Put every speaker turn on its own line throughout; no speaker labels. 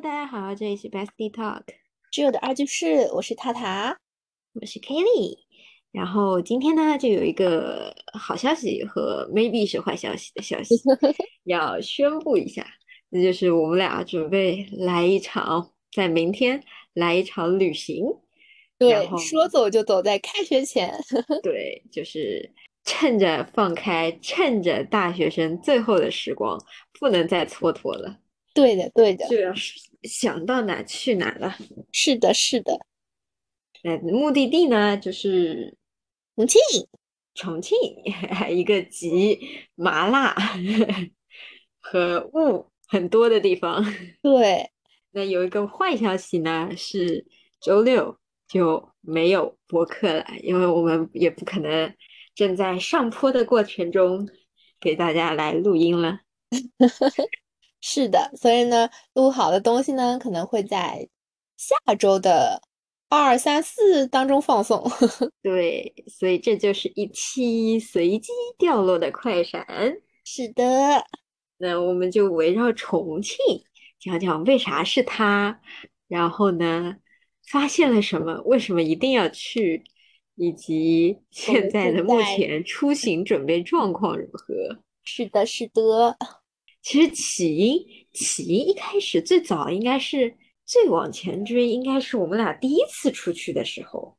到这里是 Bestie Talk，
挚友的二居室，我是塔塔。
我是 Kelly。然后今天呢，就有一个好消息和 maybe 是坏消息的消息要宣布一下，那就是我们俩准备来一场，在明天来一场旅行。
对
然后，
说走就走，在开学前，
对，就是趁着放开，趁着大学生最后的时光，不能再蹉跎了，
对的，对的，
就要想到哪去哪了。
是的，是的，
那目的地呢，就是
重庆，
重庆， 一个集麻辣和雾很多的地方。
对，
那有一个坏消息呢，是周六就没有播客了，因为我们也不可能正在上坡的过程中给大家来录音了。
是的。所以呢，录好的东西呢，可能会在下周的二三四当中放送。
对，所以这就是一期随机掉落的快闪。
是的，
那我们就围绕重庆讲讲为啥是它，然后呢，发现了什么，为什么一定要去，以及
我们
现在
现
的目
在
前出行准备状况如何。
是的，是的，
其实起因，起因一开始最早应该是最往前追，应该是我们俩第一次出去的时候。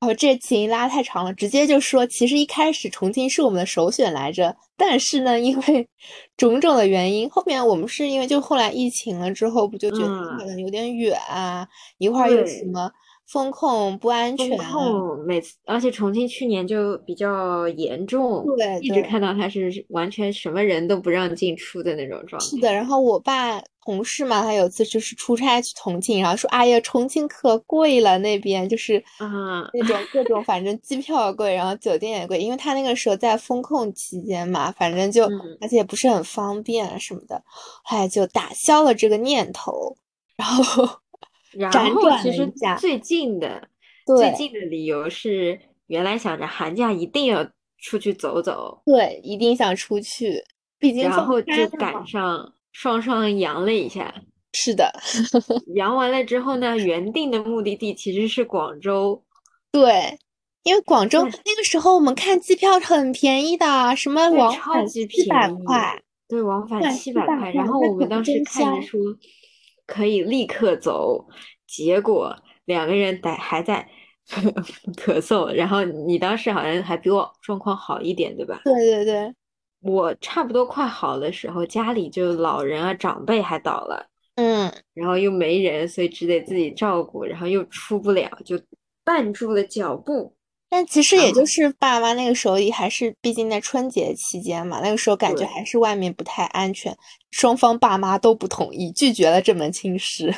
哦，这起因拉太长了，直接就说，其实一开始重庆是我们的首选来着，但是呢，因为 种种的原因，后面我们是因为就后来疫情了之后，不就觉得
嗯
可能有点远啊，一会儿又什
对
么风控不安
风
全啊，
控每次，而且重庆去年就比较严重，
对
一直
对
看到它是完全什么人都不让进出的那种状态。
是的，然后我爸同事嘛，他有一次就是出差去重庆，然后说：“哎呀，重庆可贵了，那边就是
啊
那种各种，反正机票贵，然后酒店也贵，因为他那个时候在风控期间嘛，反正就
嗯
而且也不是很方便啊什么的，后来就打消了这个念头。然后
然
辗
后
转
其
了
实
一下
最近的最
对
近的理由是，原来想着寒假一定要出去走走，
对，一定想出去，毕竟
然
放
后
开
就
了嘛
赶上双双阳了一下，
是的，
阳完了之后呢，原定的目的地其实是广州，
对。因为广州
对
那个时候，我们看机票很便宜的，什么
对，
往
超
返
级
七百
便宜
块，
对，往返
对
七百
700
块。
块
然后
那
我们
可
当时
真
看着
香
说可以立刻走，结果两个人在还在 咳嗽。然后你当时好像还比我状况好一点，对吧？
对对对，
我差不多快好的时候，家里就老人啊长辈还倒了，
嗯，
然后又没人，所以只得自己照顾，然后又出不了，就绊住了脚步。
但其实也
啊
就是爸妈那个时候也还是，毕竟在春节期间嘛，那个时候感觉
对
还是外面不太安全，双方爸妈都不同意，拒绝了这门亲事。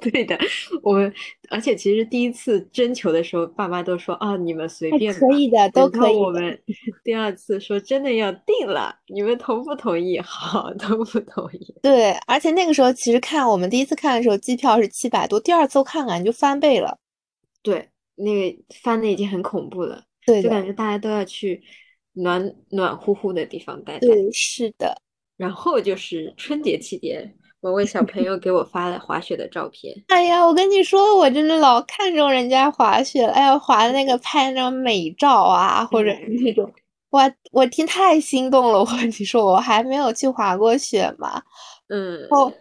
对的，我们而且其实第一次征求的时候，爸妈都说啊，你们随
还
便
哎可
吧。
以的，都
等
可
到
以
我
的。
们 第二次说真的要定了，你们同不同意？ 好，同不同意？
对，而且那个时候其实看我们第一次看的时候，机票是七百多，第二次看感觉就翻倍了。
对，那个翻的已经很恐怖了，
对
就感
的，
觉大家都要去暖暖乎乎的地方待待。
对，是的，
然后就是春节期间，某位小朋友给我发了滑雪的照片，
哎呀，我跟你说，我真的老看中人家滑雪了，哎呀，滑那个拍那种美照啊， 或者是
嗯
那种，哇，我听太心动了，我跟你说，我还没有去滑过雪嘛。
嗯，
后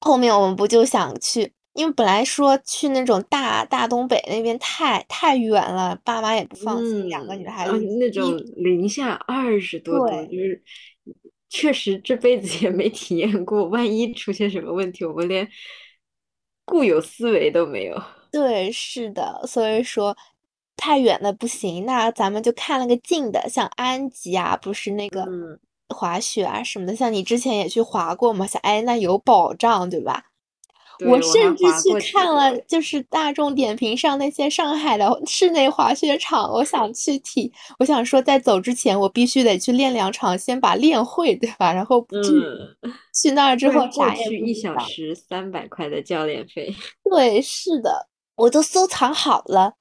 后面我们不就想去，因为本来说去那种大大东北那边太太远了，爸妈也不放心，两个
嗯，
女孩
啊，
子
那
一
种零下二十多度，
对
就是确实这辈子也没体验过，万一出现什么问题，我们连固有思维都没有。
对，是的，所以说太远的不行，那咱们就看了个近的，像安吉啊，不是那个
嗯，
滑雪啊什么的，像你之前也去滑过嘛，想哎那有保障对吧？我
对，我还
甚至
滑
去
过几
看了，
个，
就是大众点评上那些上海的室内滑雪场，我想去体，我想说在走之前我必须得去练两场，先把练会，对吧？然后不去
嗯，
去那儿之
不然
后
过
啥也
去
不
一
知
小
道。
时三百块的教练费，
对，是的，我都收藏好了。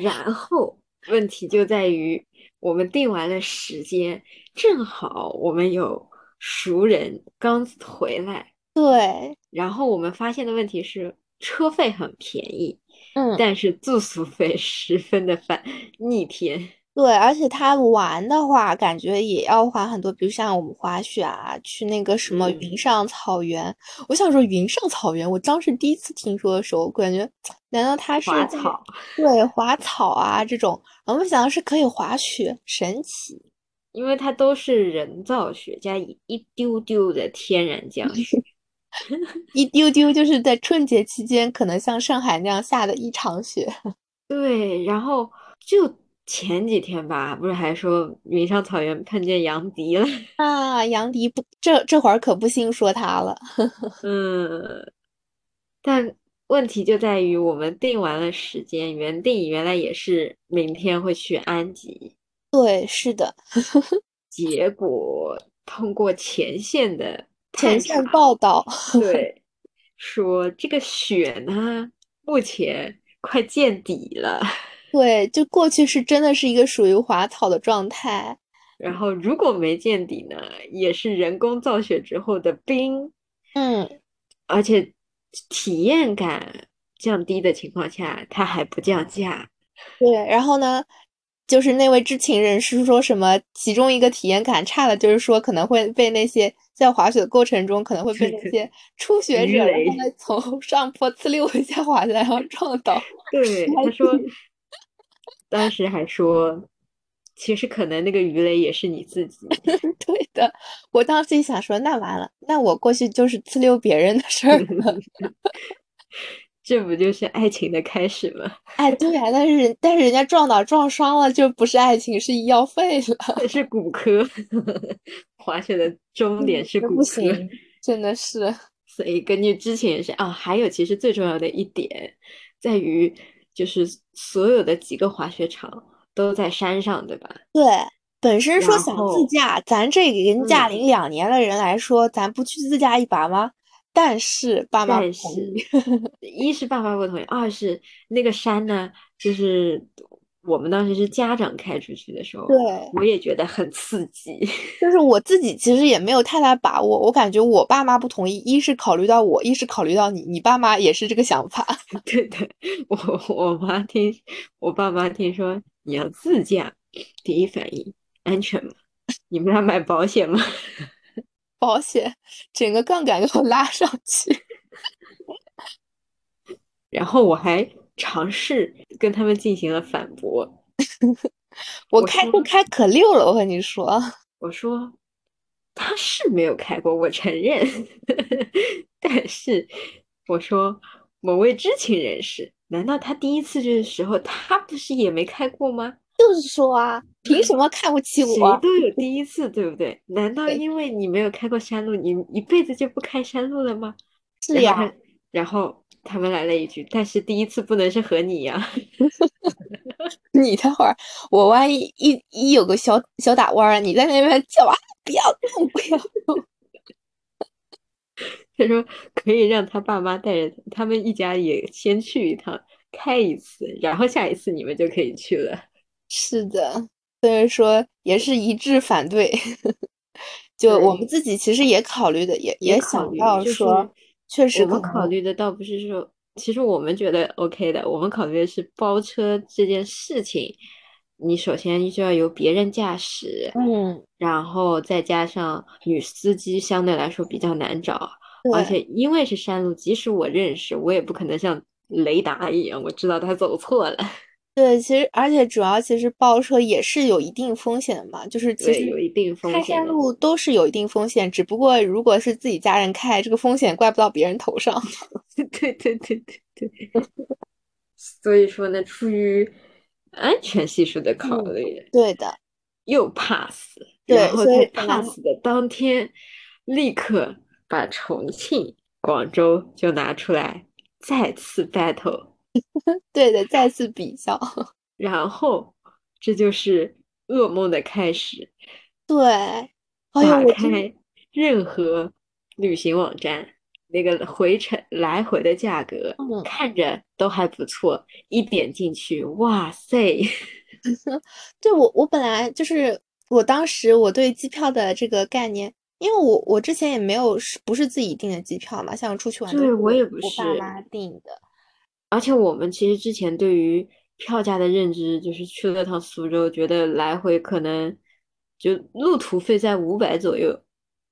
然后问题就在于我们定完了时间，正好我们有熟人刚回来。
对，
然后我们发现的问题是，车费很便宜，
嗯，
但是住宿费十分的烦，逆天。
对，而且他玩的话，感觉也要花很多，比如像我们滑雪啊，去那个什么
嗯
云上草原。我想说，云上草原，我当时第一次听说的时候，我感觉，难道他是
滑
在
草，
对，滑草啊这种，然后没想到是可以滑雪，神奇。
因为它都是人造雪加一一丢丢的天然降雪。
一丢丢就是在春节期间，可能像上海那样下的一场雪。
对，然后就前几天吧，不是还说云上草原碰见杨迪了？
啊，杨迪不，这这会儿可不兴说他了。
嗯，但问题就在于我们定完了时间，原定原来也是明天会去安吉，
对，是的，
结果通过前线的
前
探
线
查，
报道。
对，说这个雪呢，目前快见底了，
对，就过去是真的是一个属于滑草的状态。
然后如果没见底呢，也是人工造雪之后的冰。
嗯，
而且体验感降低的情况下，它还不降价。
对。然后呢，就是那位知情人士说什么，其中一个体验感差的，就是说可能会被那些在滑雪的过程中，可能会被那些初学
鱼
者，然
雷
后呢从上坡呲溜一下滑下来，然后撞倒。
对，
还
他说，当时还说，其实可能那个鱼雷也是你自己。
对的，我当时就想说，那完了，那我过去就是呲溜别人的事儿 了。
这不就是爱情的开始吗？
哎，对啊，但是人但是人家撞倒撞伤了，就不是爱情，是医药费了。
这是骨科， 滑雪的终点是
嗯那
骨
不
科。
行，真的是。
所以根据之前是啊，还有其实最重要的一点在于，就是所有的几个滑雪场都在山上，对吧？
对，本身说
然
想自
后
驾，咱这个人驾
嗯
龄两年的人来说，咱不去自驾一把吗？但是爸妈不
但
同
是
意。
一是爸爸不同意，二是那个山呢，就是我们当时是家长开出去的时候，
对，
我也觉得很刺激。
就是我自己其实也没有太大把握，我感觉我爸妈不同意，一是考虑到我，一是考虑到你，你爸妈也是这个想法。
对的，我我妈听我爸妈听说你要自驾，第一反应安全吗？你们俩买保险吗？
保险，整个杠杆给我拉上去。
然后我还尝试跟他们进行了反驳，
我
我
开
说
都开可溜了，我跟你 说，
我说他是没有开过，我承认， 但是我说某位知情人士，难道他第一次去的时候，他不是也没开过吗？
就是说啊，凭什么看不起
谁
我？
都有第一次，对不对？难道
对
因为你没有开过山路，你一辈子就不开山路了吗？
是
然后
呀，
他，然后他们来了一句，但是第一次不能是和你呀、
你待会儿，我万一一一有个小小打弯儿，你在那边叫啊，不要动，不要动。
他说可以让他爸妈带着他他们一家也先去一趟，开一次，然后下一次你们就可以去了。
是的，所以说也是一致反对。就我们自己其实也考虑的，也
也
也
考
想
虑
到
就是
说，确实
我
可
们考
能
虑的倒不是说，其实我们觉得 OK 的，我们考虑的是包车这件事情，你首先就要由别人驾驶，
嗯，
然后再加上女司机相对来说比较难找，而且
对
因为是山路，即使我认识，我也不可能像雷达一样，我知道他走错了。
对，其实而且主要其实包车也是有一定风险的嘛，就是其
对，有
实
一定风
开
险
山
的。
路都是有一定风险，只不过如果是自己家人开，这个风险怪不到别人头上。
对 对对对对。所以说呢，出于安全系数的考
嗯
虑，
对的，
又 pass，
对
然后
所以
在
本来
pass 的当天，立刻把重庆、广州就拿出来再次 battle，
对的，再次比较。
然后这就是噩梦的开始，
对，哎呦，
打
我真的
开任何旅行网站。那个回程来回的价格
嗯
看着都还不错，一点进去，哇塞！
对我，我本来就是我当时我对机票的这个概念，因为我我之前也没有是不是自己订的机票嘛，像出去玩都
对
是
我也不
我爸
是
妈订的。
而且我们其实之前对于票价的认知，就是去了趟苏州，觉得来回可能就路途费在五百左右，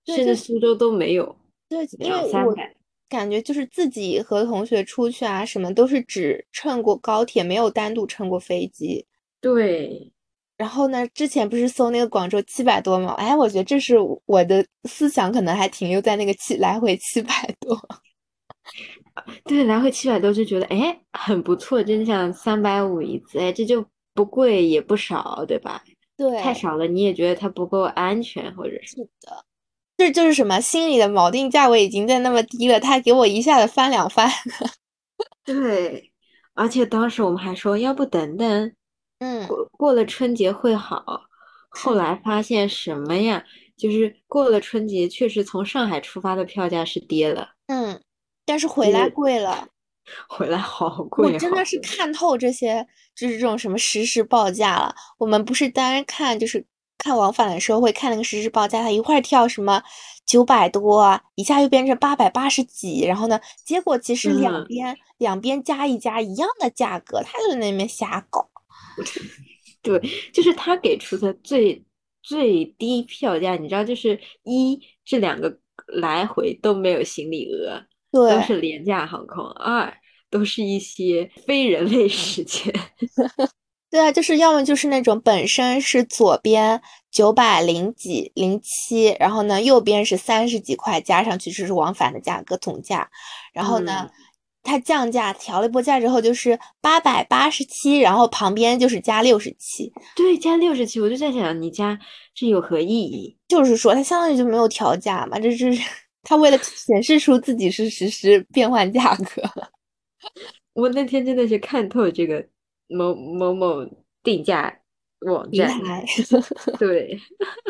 对
甚
就
至苏州都没有
对，因
两
为
三
我
百。
感觉就是自己和同学出去啊，什么都是只乘过高铁，没有单独乘过飞机。
对，
然后呢，之前不是搜那个广州七百多嘛？哎，我觉得这是我我的思想可能还停留在那个七来回七百多。
对，来回七百多就觉得哎很不错，真像三百五一次，哎这就不贵也不少，对吧？
对，
太少了你也觉得它不够安全，或者是
这就是什么心里的锚定价位已经在那么低了，他给我一下子翻两番。
对，而且当时我们还说要不等等。
嗯，
过过了春节会好。后来发现什么呀？就是过了春节，确实从上海出发的票价是跌了，
嗯，但是回来
对
贵了，
回来好
我
贵，
真的
好嗯
是
贵
看透这些，就是这种什么实时报价了。我们不是单看，就是看往返的时候会看那个实时报价，它一会儿跳什么九百多啊，一下又变成八百八十几，然后呢，结果其实两
嗯
边、两边加一加一样的价格，他就在那边瞎搞。
对，就是他给出的最最低票价，你知道，就是一这两个来回都没有行李额，都
对，
是廉价航空；二都是一些非人类时间。
对啊，就是要么就是那种本身是左边九百零几零七，然后呢右边是三十几块，加上去就是往返的价格总价，然后呢
嗯，
它降价调了一波价之后就是八百八十七，然后旁边就是加六十七，
对，加六十七，我就在想，你加这有何意义？
就是说它相当于就没有调价嘛，这就是 它为了显示出自己是实时变换价格。
我那天真的是看透这个某某某定价网
平
站，
台，
对，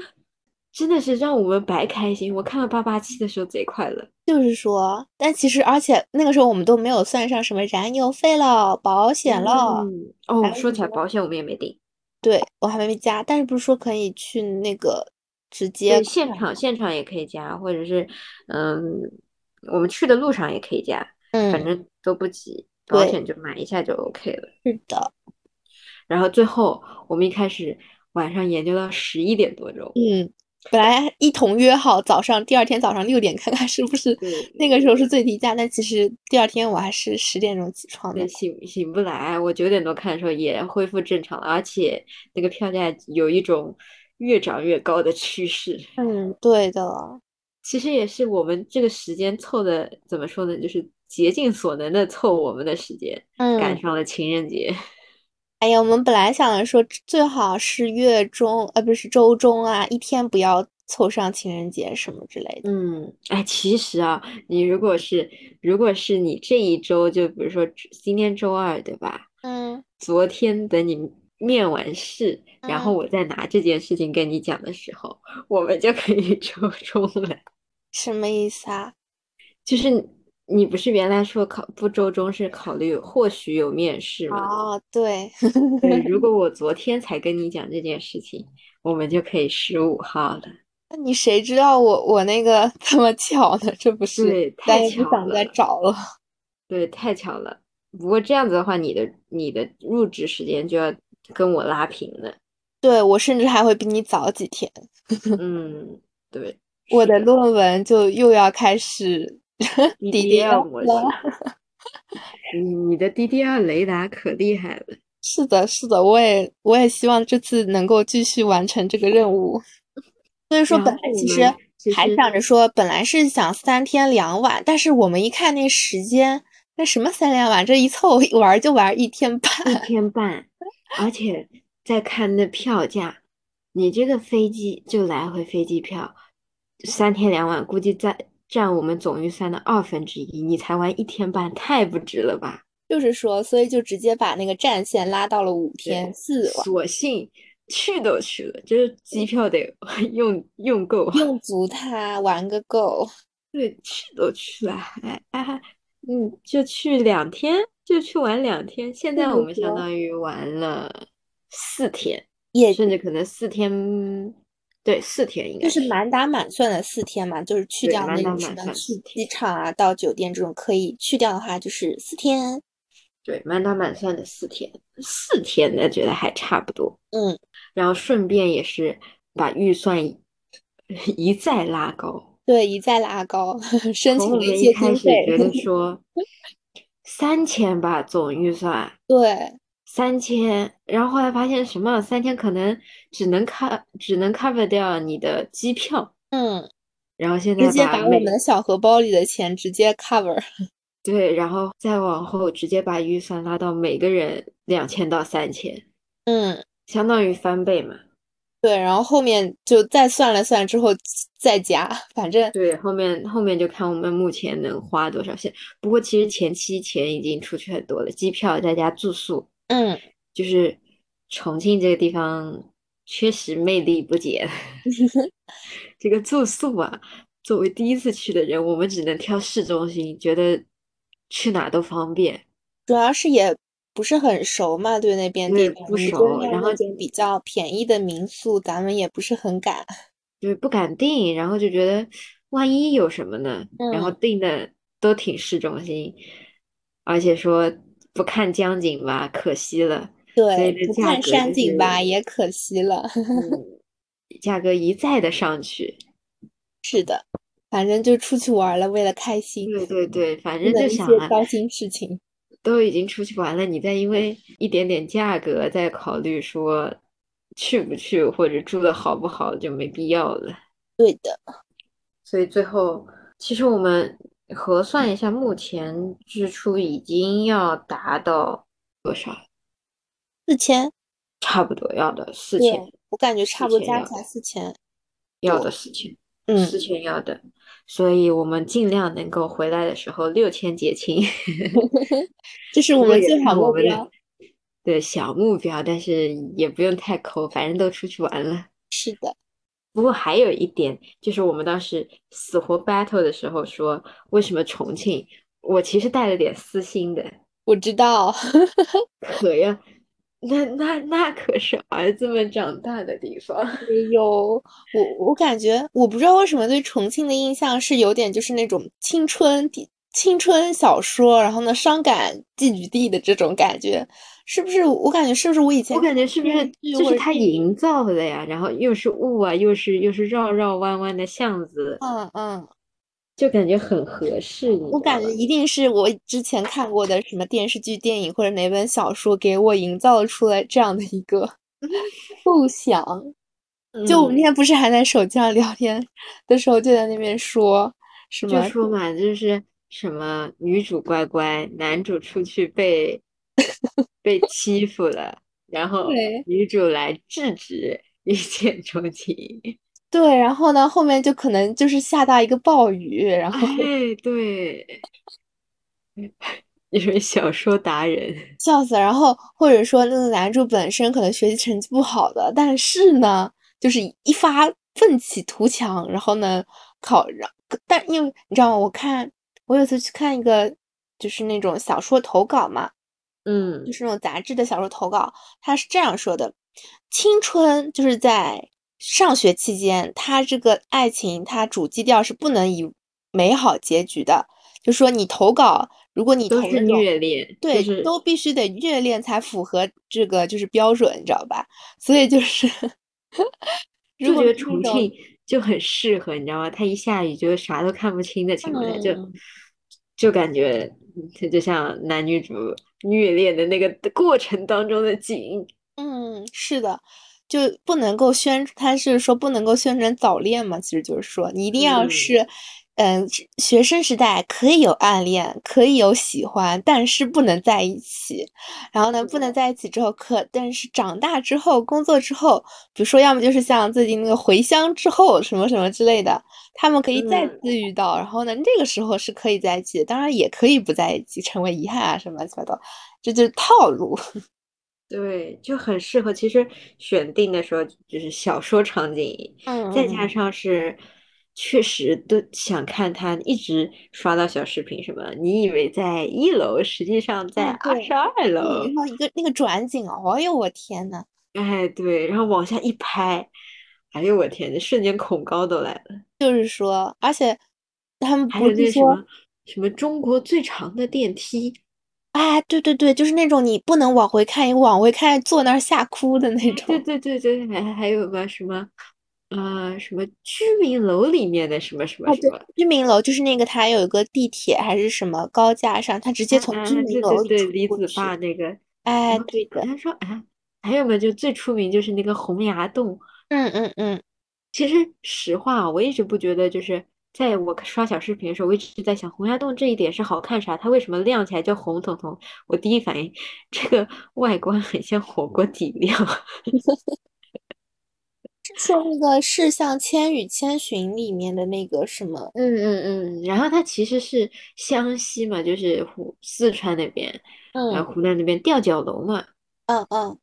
真的是让我们白开心。我看了八八七的时候贼快乐，
就是说，但其实而且那个时候我们都没有算上什么燃油费了、保险了。
嗯，哦
还，有
说起
什
来
么
保险我们也没订，
对，我还没加，但是不是说可以去那个直接
对，现场现场也可以加，或者是嗯，我们去的路上也可以加，反
嗯，
正都不急，保
对
险就买一下就 OK 了。
是的，
然后最后我们一开始晚上研究到十一点多钟，
嗯，本来一同约好早上第二天早上六点看看是不是
对。
那个时候是最低价，但其实第二天我还是十点钟起床的
对，。醒醒不来。我九点多看的时候也恢复正常了，而且那个票价有一种越涨越高的趋势。
嗯，对的，
其实也是我们这个时间凑的，怎么说呢，就是竭尽所能的凑我们的时间，赶
嗯，
上了情人节。
哎呀，我们本来想着说最好是月中，呃，不是周中啊，一天不要凑上情人节什么之类的。
嗯，哎，其实啊，你如果是如果是你这一周，就比如说今天周二，对吧？
嗯
昨天等你面完试，然后
嗯，
我再拿这件事情跟你讲的时候，我们就可以 抽中了。
什么意思啊？
就是你你不是原来说考不周中是考虑或许有面试吗？
哦，对，
对，如果我昨天才跟你讲这件事情，我们就可以十五号了。
那你谁知道我我那个 这么巧呢？这不 是，
对，
但
太
也不
巧
想再
了，
找了。
对，太巧了。不过这样子的话，你的你的入职时间就要跟我拉平 了。
对，我甚至还会比你早几天，
嗯，对，
我
是
的
的，
论文就又要开始 滴滴
DDL
了。
模型， 你你的 DDL 雷达可厉害了。
是的，是的，我也我也希望这次能够继续完成这个任务。 所以说，
然
本
后
来
我
其实
们其
还
实
想着说，本来是想三天两晚，但是我们一看那时间，那什么三两晚，这一凑玩儿就玩儿一天半。
一天半，而且再看那票价，你这个飞机就来回飞机票，三天两晚，估计占占我们总预算的二分之一，你才玩一天半，太不值了吧？
就是说，所以就直接把那个战线拉到了五天
对，
四晚，
索性去都去了，就是机票得 用用够，
用足它玩个够。
对，去都去了，还还还，嗯，就去两天，就去玩两天。现
对
在我
对
们相
对，
当于玩了四天，
也
甚至可能四天对，四天应该
就是满打满算的四天嘛，就是去
对
掉
满
那
打
种什
满
么
算
去
四
机场啊到酒店这种可以去掉的话，就是四天。
对，满打满算的四天，四天的觉得还差不多。
嗯，
然后顺便也是把预算一一再拉高。
对，一再拉高， 申
从
请
我
了一
们
些
一开
经
始
费。
觉得说 三千吧，总预算
对，
三千，然后后来发现什么三千可能只能 cover 只能 cover 掉你的机票，
嗯，
然后现
直
在
接
把
把我
每
们的小荷包里的钱直接 cover。
对，然后再往后直接把预算拉到每个人两千到三千，
嗯，
相当于翻倍嘛。
对，然后后面就再算了算之后再加，反正
对，后面后面就看我们目前能花多少钱。不过其实前期钱已经出去很多了，机票再加住宿，
嗯，
就是重庆这个地方确实魅力不 减。这个住宿啊，作为第一次去的人，我们只能挑市中心，觉得去哪都方便。
主要是也不是很熟嘛，对那边地
对
方，
不
你就
熟
要
然
那
后
种比较便宜的民宿，咱们也不是很敢。
就是不敢定，然后就觉得万一有什么呢？然后
嗯，
定的都挺市中心，而且说不看江景吧，可惜 了，所以
对，
这
不
价
看
格
山
就
景吧，
是，
也可惜了。
嗯，价格一再的上去。
是的，反正就出去玩儿了，为了开心，
对对对，反
不
正
能
就
一
想
些
啊，
糟心事情。
都已经出去玩了，你再因为一点点价格再考虑说去不去或者住的好不好，就没必要了。
对的，
所以最后，其实我们核算一下，目前支出已经要达到多少？
四千，
差不多要的四
对，
千，
我感觉差
四
不多
千
加
要
起来
的，
四千
要的
多。
四千，
嗯，
四千要的。所以我们尽量能够回来的时候六千结清。
这是我
不过
们
也
最好
看我
目
们的
标。
对小目标，但是也不用太抠，反正都出去玩了。
是的，
不过还有一点，就是我们当时死活 battle 的时候说，为什么重庆？我其实带了点私心的。
我知道。
可呀，那那那可是儿子们长大的地方。
哎呦，我我感觉我不知道为什么对重庆的印象是有点就是那种青春地青春小说，然后呢伤感寄居地的这种感觉，是不是？我感觉是不是我以
我
前看
感觉是不
电视
是
剧
就
或
是
者
他
电影？
营造的呀？然后又是雾啊，又是又是绕绕弯弯的巷子，
嗯嗯，
就感觉很合适，你
我
知道
感觉
吧？
一定是我之前看过的什么电视剧、电影或者哪本小说给我营造出来这样的一 个构想。就我们
嗯，
那天不是还在手机上聊天的时候，就在那边说什
就
么。
说嘛，就是什么女主乖乖，男主出去 被被欺负了，然后
对，
女主来制止，一见钟情。
对，然后呢，后面就可能就是下大一个暴雨，然
哎，
后
对， 你是小说达人。
笑死了，然后或者说那个男主本身可能学习成绩不好的，但是呢，就是一发奋起图强，然后呢考，然但因为你知道吗？我看我有次去看一个就是那种小说投稿嘛，就
嗯，
是那种杂志的小说投稿，他是这样说的：青春就是在上学期间，他这个爱情，它主基调是不能以美好结局的。就说你投稿，如果你
都
投
是
那种，
虐恋，就
对，
是
都必须得虐恋才符合这个就是标准，你知道吧？所以就是 如
就
果
觉得
是那
重
种，
庆就很适合，你知道吗？它一下雨就啥都看不清的情况下，就
嗯，
就感觉就就像男女主虐恋的那个过程当中的景。
嗯，是的，就不能够宣，他是说不能够宣传早恋嘛，其实就是说你一定要
嗯，
是，嗯，是学生时代可以有暗恋，可以有喜欢，但是不能在一起。然后呢，不能在一起之后可，但是长大之后，工作之后，比如说要么就是像最近那个回乡之后什么什么之类的，他们可以再
嗯，
次遇到，然后呢，这个时候是可以在一起的，当然也可以不在一起，成为遗憾啊什么乱七八糟，这就是套路。
对，就很适合。其实选定的时候就是小说场景， 再
嗯嗯
加
嗯。
上是确实都想看他一直刷到小视频什么，你以为在一楼，实际上在
啊，
二十
对，嗯
二
对，
楼。
然后一个那个转景哦，哎呦我天呐，
哎，对，然后往下一拍，哎呦我天，这瞬间恐高都来了。
就是说，而且他们
还
不
有那什
是说，
么什么中国最长的电梯，
哎，对对对，就是那种你不能往回看，你往回看坐那儿吓哭的那
哎，对
种。
对对对，还还有吧什么，呃，什么居民楼里面的什么什么
啊，
什
对，
么，
居民楼就是那个，它有一个地铁还是什么高架上，它直接
啊
从居
啊，
民
对对
楼里
对，
冲
李
过
子坝嗯
去。
那个，然
哎，
后
对
好
的，
像说啊，还有嘛，就最出名就是那个洪崖洞。
嗯嗯嗯，
其实实话啊，我一直不觉得，就是在我刷小视频的时候，我一直在想洪崖洞这一点是好看啥？它为什么亮起来叫红彤彤？我第一反应，这个 外观很像火锅底料。
是说那个是像《千与千寻》里面的那个什么？
嗯嗯嗯，然后它其实是湘西嘛，就是湖四川那边，呃，
嗯
湖南那边吊脚楼嘛，
嗯嗯，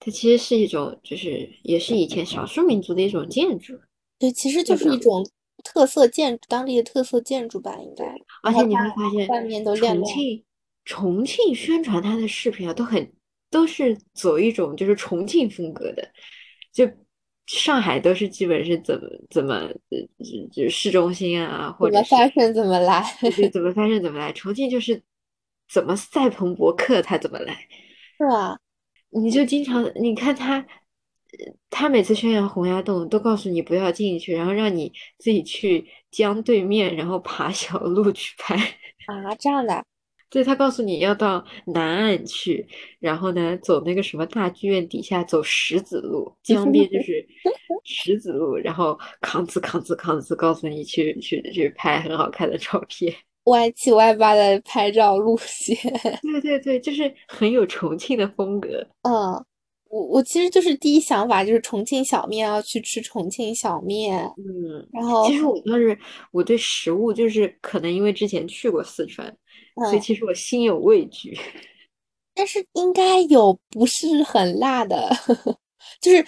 它其实是一种，就是也是以前少数民族的一种建筑，
对，其实就
代
是一
表。
种特色建筑，当地的特色建筑吧，应该。
对，而
然后
且你
它
会发现，
外面都亮
重
亮的。
庆重庆宣传它的视频啊，都很都是走一种就是重庆风格的，就上海都是基本是怎么怎么呃就就市中心啊，
怎
或
么
者
发
是
现怎么来。
对对怎么发展怎么来，重庆就是怎么赛彭博克它怎么来，
是啊，
你就经常你看他。呃他每次宣扬洪崖洞，都告诉你不要进去，然后让你自己去江对面，然后爬小路去拍。
啊，这样的啊，
对，他告诉你要到南岸去，然后呢，走那个什么大剧院底下走石子路，江边就是石子路，然后扛子扛子扛子，告诉你去去去拍很好看的照片。
歪七歪八的拍照路线。
对对对，就是很有重庆的风格。
嗯，我我其实就是第一想法就是重庆小面要去吃重庆小面，
嗯，
然后
其实我倒是我对食物就是可能因为之前去过四川，所以
嗯，
其实我心有畏惧。
但是应该有不是很辣的， 就是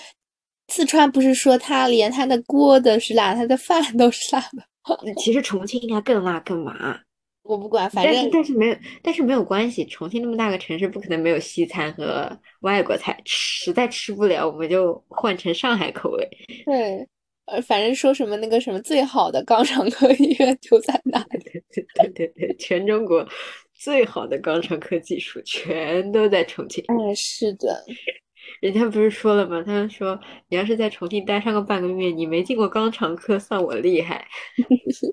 四川不是说它连它的锅都是辣，它的饭都是辣的，
其实重庆应该更辣更麻。
我不管，反
但是但
正
是没有，但是没有关系。重庆那么大个城市，不可能没有西餐和外国菜，吃实在吃不了，我们就换成上海口味。
对，呃，反正说什么那个什么最好的 肛肠科医院就在那里。
对对对对，全中国最好的肛肠科技术全都在重庆。
嗯，是的，
人家不是说了吗？他们说你要是在重庆待上个半个月，你没进过肛肠科，算我厉害，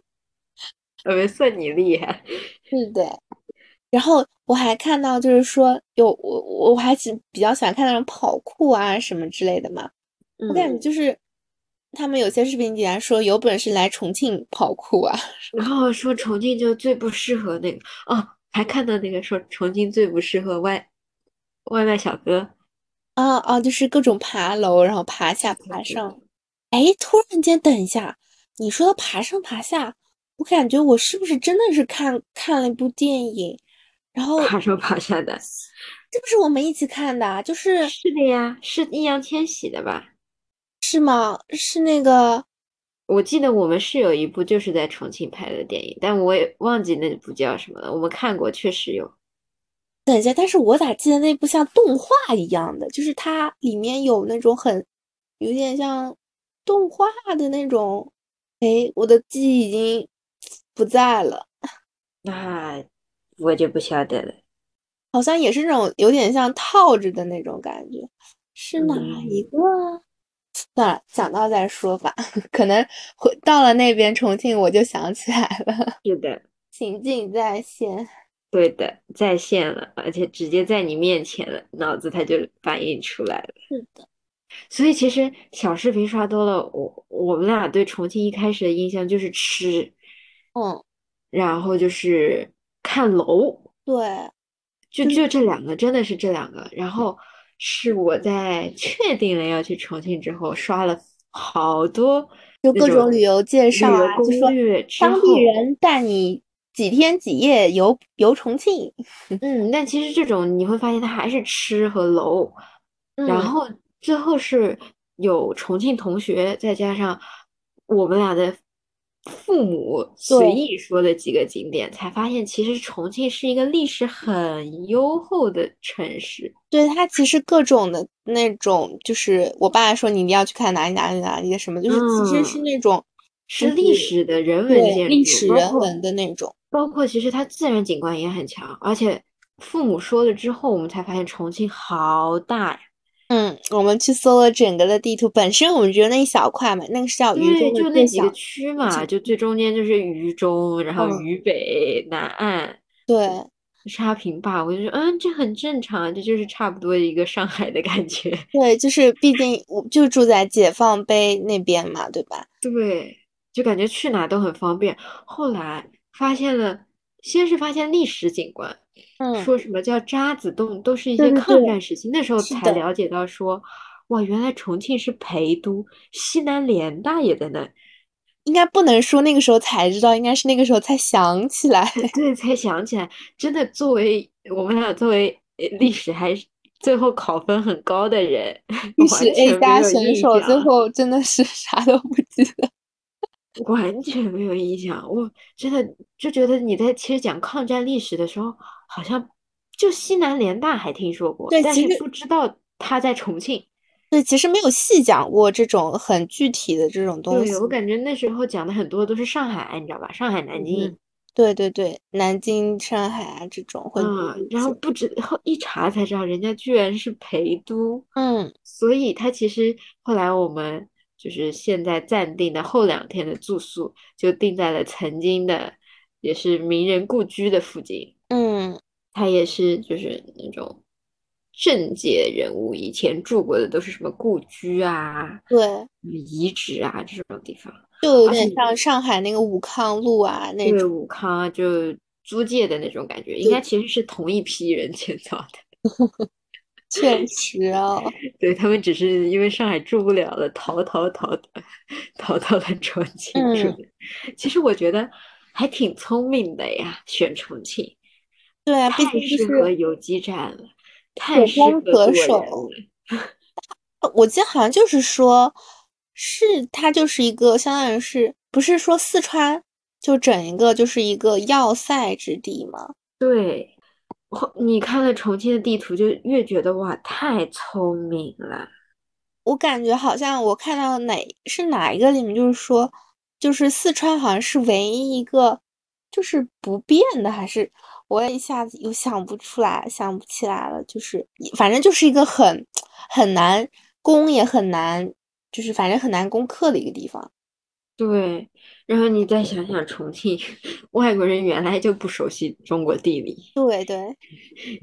呃，算你厉害。
是的。然后我还看到，就是说有我我我还是比较喜欢看那种跑酷啊什么之类的嘛。我感觉
嗯，
就是他们有些视频竟然说有本事来重庆跑酷啊，
然后说重庆就最不适合那个哦，还看到那个说重庆最不适合外外卖小哥。
啊啊，就是各种爬楼，然后爬
对
下
对
爬
对
上。哎，突然间，等一下，你说到爬上爬下，我感觉我是不是真的是看看了一部电影，然后
爬上爬下的，
是不是我们一起看的啊？就是
是的呀，是易烊千玺的吧？
是吗？是那个。
我记得我们是有一部就是在重庆拍的电影，但我也忘记那部叫什么了。我们看过，确实有。
等一下，但是我咋记得那部像动画一样的，就是它里面有那种很，有点像动画的那种，哎，我的记忆已经不在了，
那我就不晓得了。
好像也是那种有点像套着的那种感觉，是哪一
嗯，
个啊？算了，想到再说吧， 可能回到了那边重庆我就想起来了，
是的，
情景再现。
对的，在线了，而且直接在你面前了，脑子它就反应出来了。
是的，
所以其实小视频刷多了，我我们俩对重庆一开始的印象就是吃，
嗯，
然后就是看楼。
对，
就
就是
就这两个，真的是这两个。
嗯
然后是我在确定了要去重庆之后，刷了好多
就
那
各种
种
旅游介绍
旅游
啊，就
攻
说
略之
当地
后，
人带你几天几夜游游重庆。
嗯，但其实这种你会发现它还是吃和楼，然
嗯，
后最后是有重庆同学，再加上我们俩的。父母随意说的几个景点，才发现其实重庆是一个历史很优厚的城市。
对它其实各种的那种，就是我爸说你一定要去看哪里哪里哪里的什么，就是其实是那种、嗯、
是历史的人文建筑，
历史人文的那种
包。包括其实它自然景观也很强，而且父母说了之后，我们才发现重庆好大呀。
嗯，我们去搜了整个的地图，本身我们觉得那一小块嘛，那个是叫渝中
对，就
那
几个区嘛，就最中间就是渝中，然后渝北、嗯、南岸，
对，
沙坪坝，我就说，嗯，这很正常，这就是差不多一个上海的感觉。
对，就是毕竟我就住在解放碑那边嘛，对吧？
对，就感觉去哪都很方便。后来发现了，先是发现历史景观。
嗯，
说什么叫渣滓洞，都是一些抗战时期，
对对对
那时候才了解到说，哇，原来重庆是陪都，西南联大也在那。
应该不能说那个时候才知道，应该是那个时候才想起来。
对，才想起来。真的，作为我们俩作为呃历史还是最后考分很高的人，
历史 A 加选手，
啊
最后真的是 啥都不记得。
完全没有印象，我真的就觉得你在其实讲抗战历史的时候，好像就西南联大还听说过，
对，
但
其
是不知道他在重庆。
对，其实没有细讲过这种很具体的这种东西。
对，我感觉那时候讲的很多都是上海，你知道吧？上海、南京。
嗯、对对对，南京、上海啊这种会。
嗯，然后不知后一查才知道，人家居然是陪都。
嗯，
所以他其实后来我们。就是现在暂定的后两天的住宿，就定在了曾经的也是名人故居的附近。
嗯，
它也是就是那种政界人物以前住过的，都是什么故居啊，
对，
遗址啊这种地方，
就有点像上海那个武康路啊那种。
对，武康就租界的那种感觉，应该其实是同一批人 建造的。
确实哦，
对他们只是因为上海住不了了，逃逃逃逃到了重庆住。
嗯、
其实我觉得还挺聪明的呀，选重庆。
对啊，
太适合游击战了，太适合
可守。呃我记得好像就是说，是它就是一个相当于是不是说四川就整一个就是一个要塞之地吗？
对。你看了重庆的地图，就越觉得哇，太聪明了。
我感觉好像我看到哪是哪一个里面，就是说，就是四川好像是唯一一个就是不变的，还是我也一下子又想不出来，想不起来了。就是反正就是一个很很难攻也很难，就是反正很难攻克的一个地方。
对，然后你再想想重庆，外国人原来就不熟悉中国地理。
对对，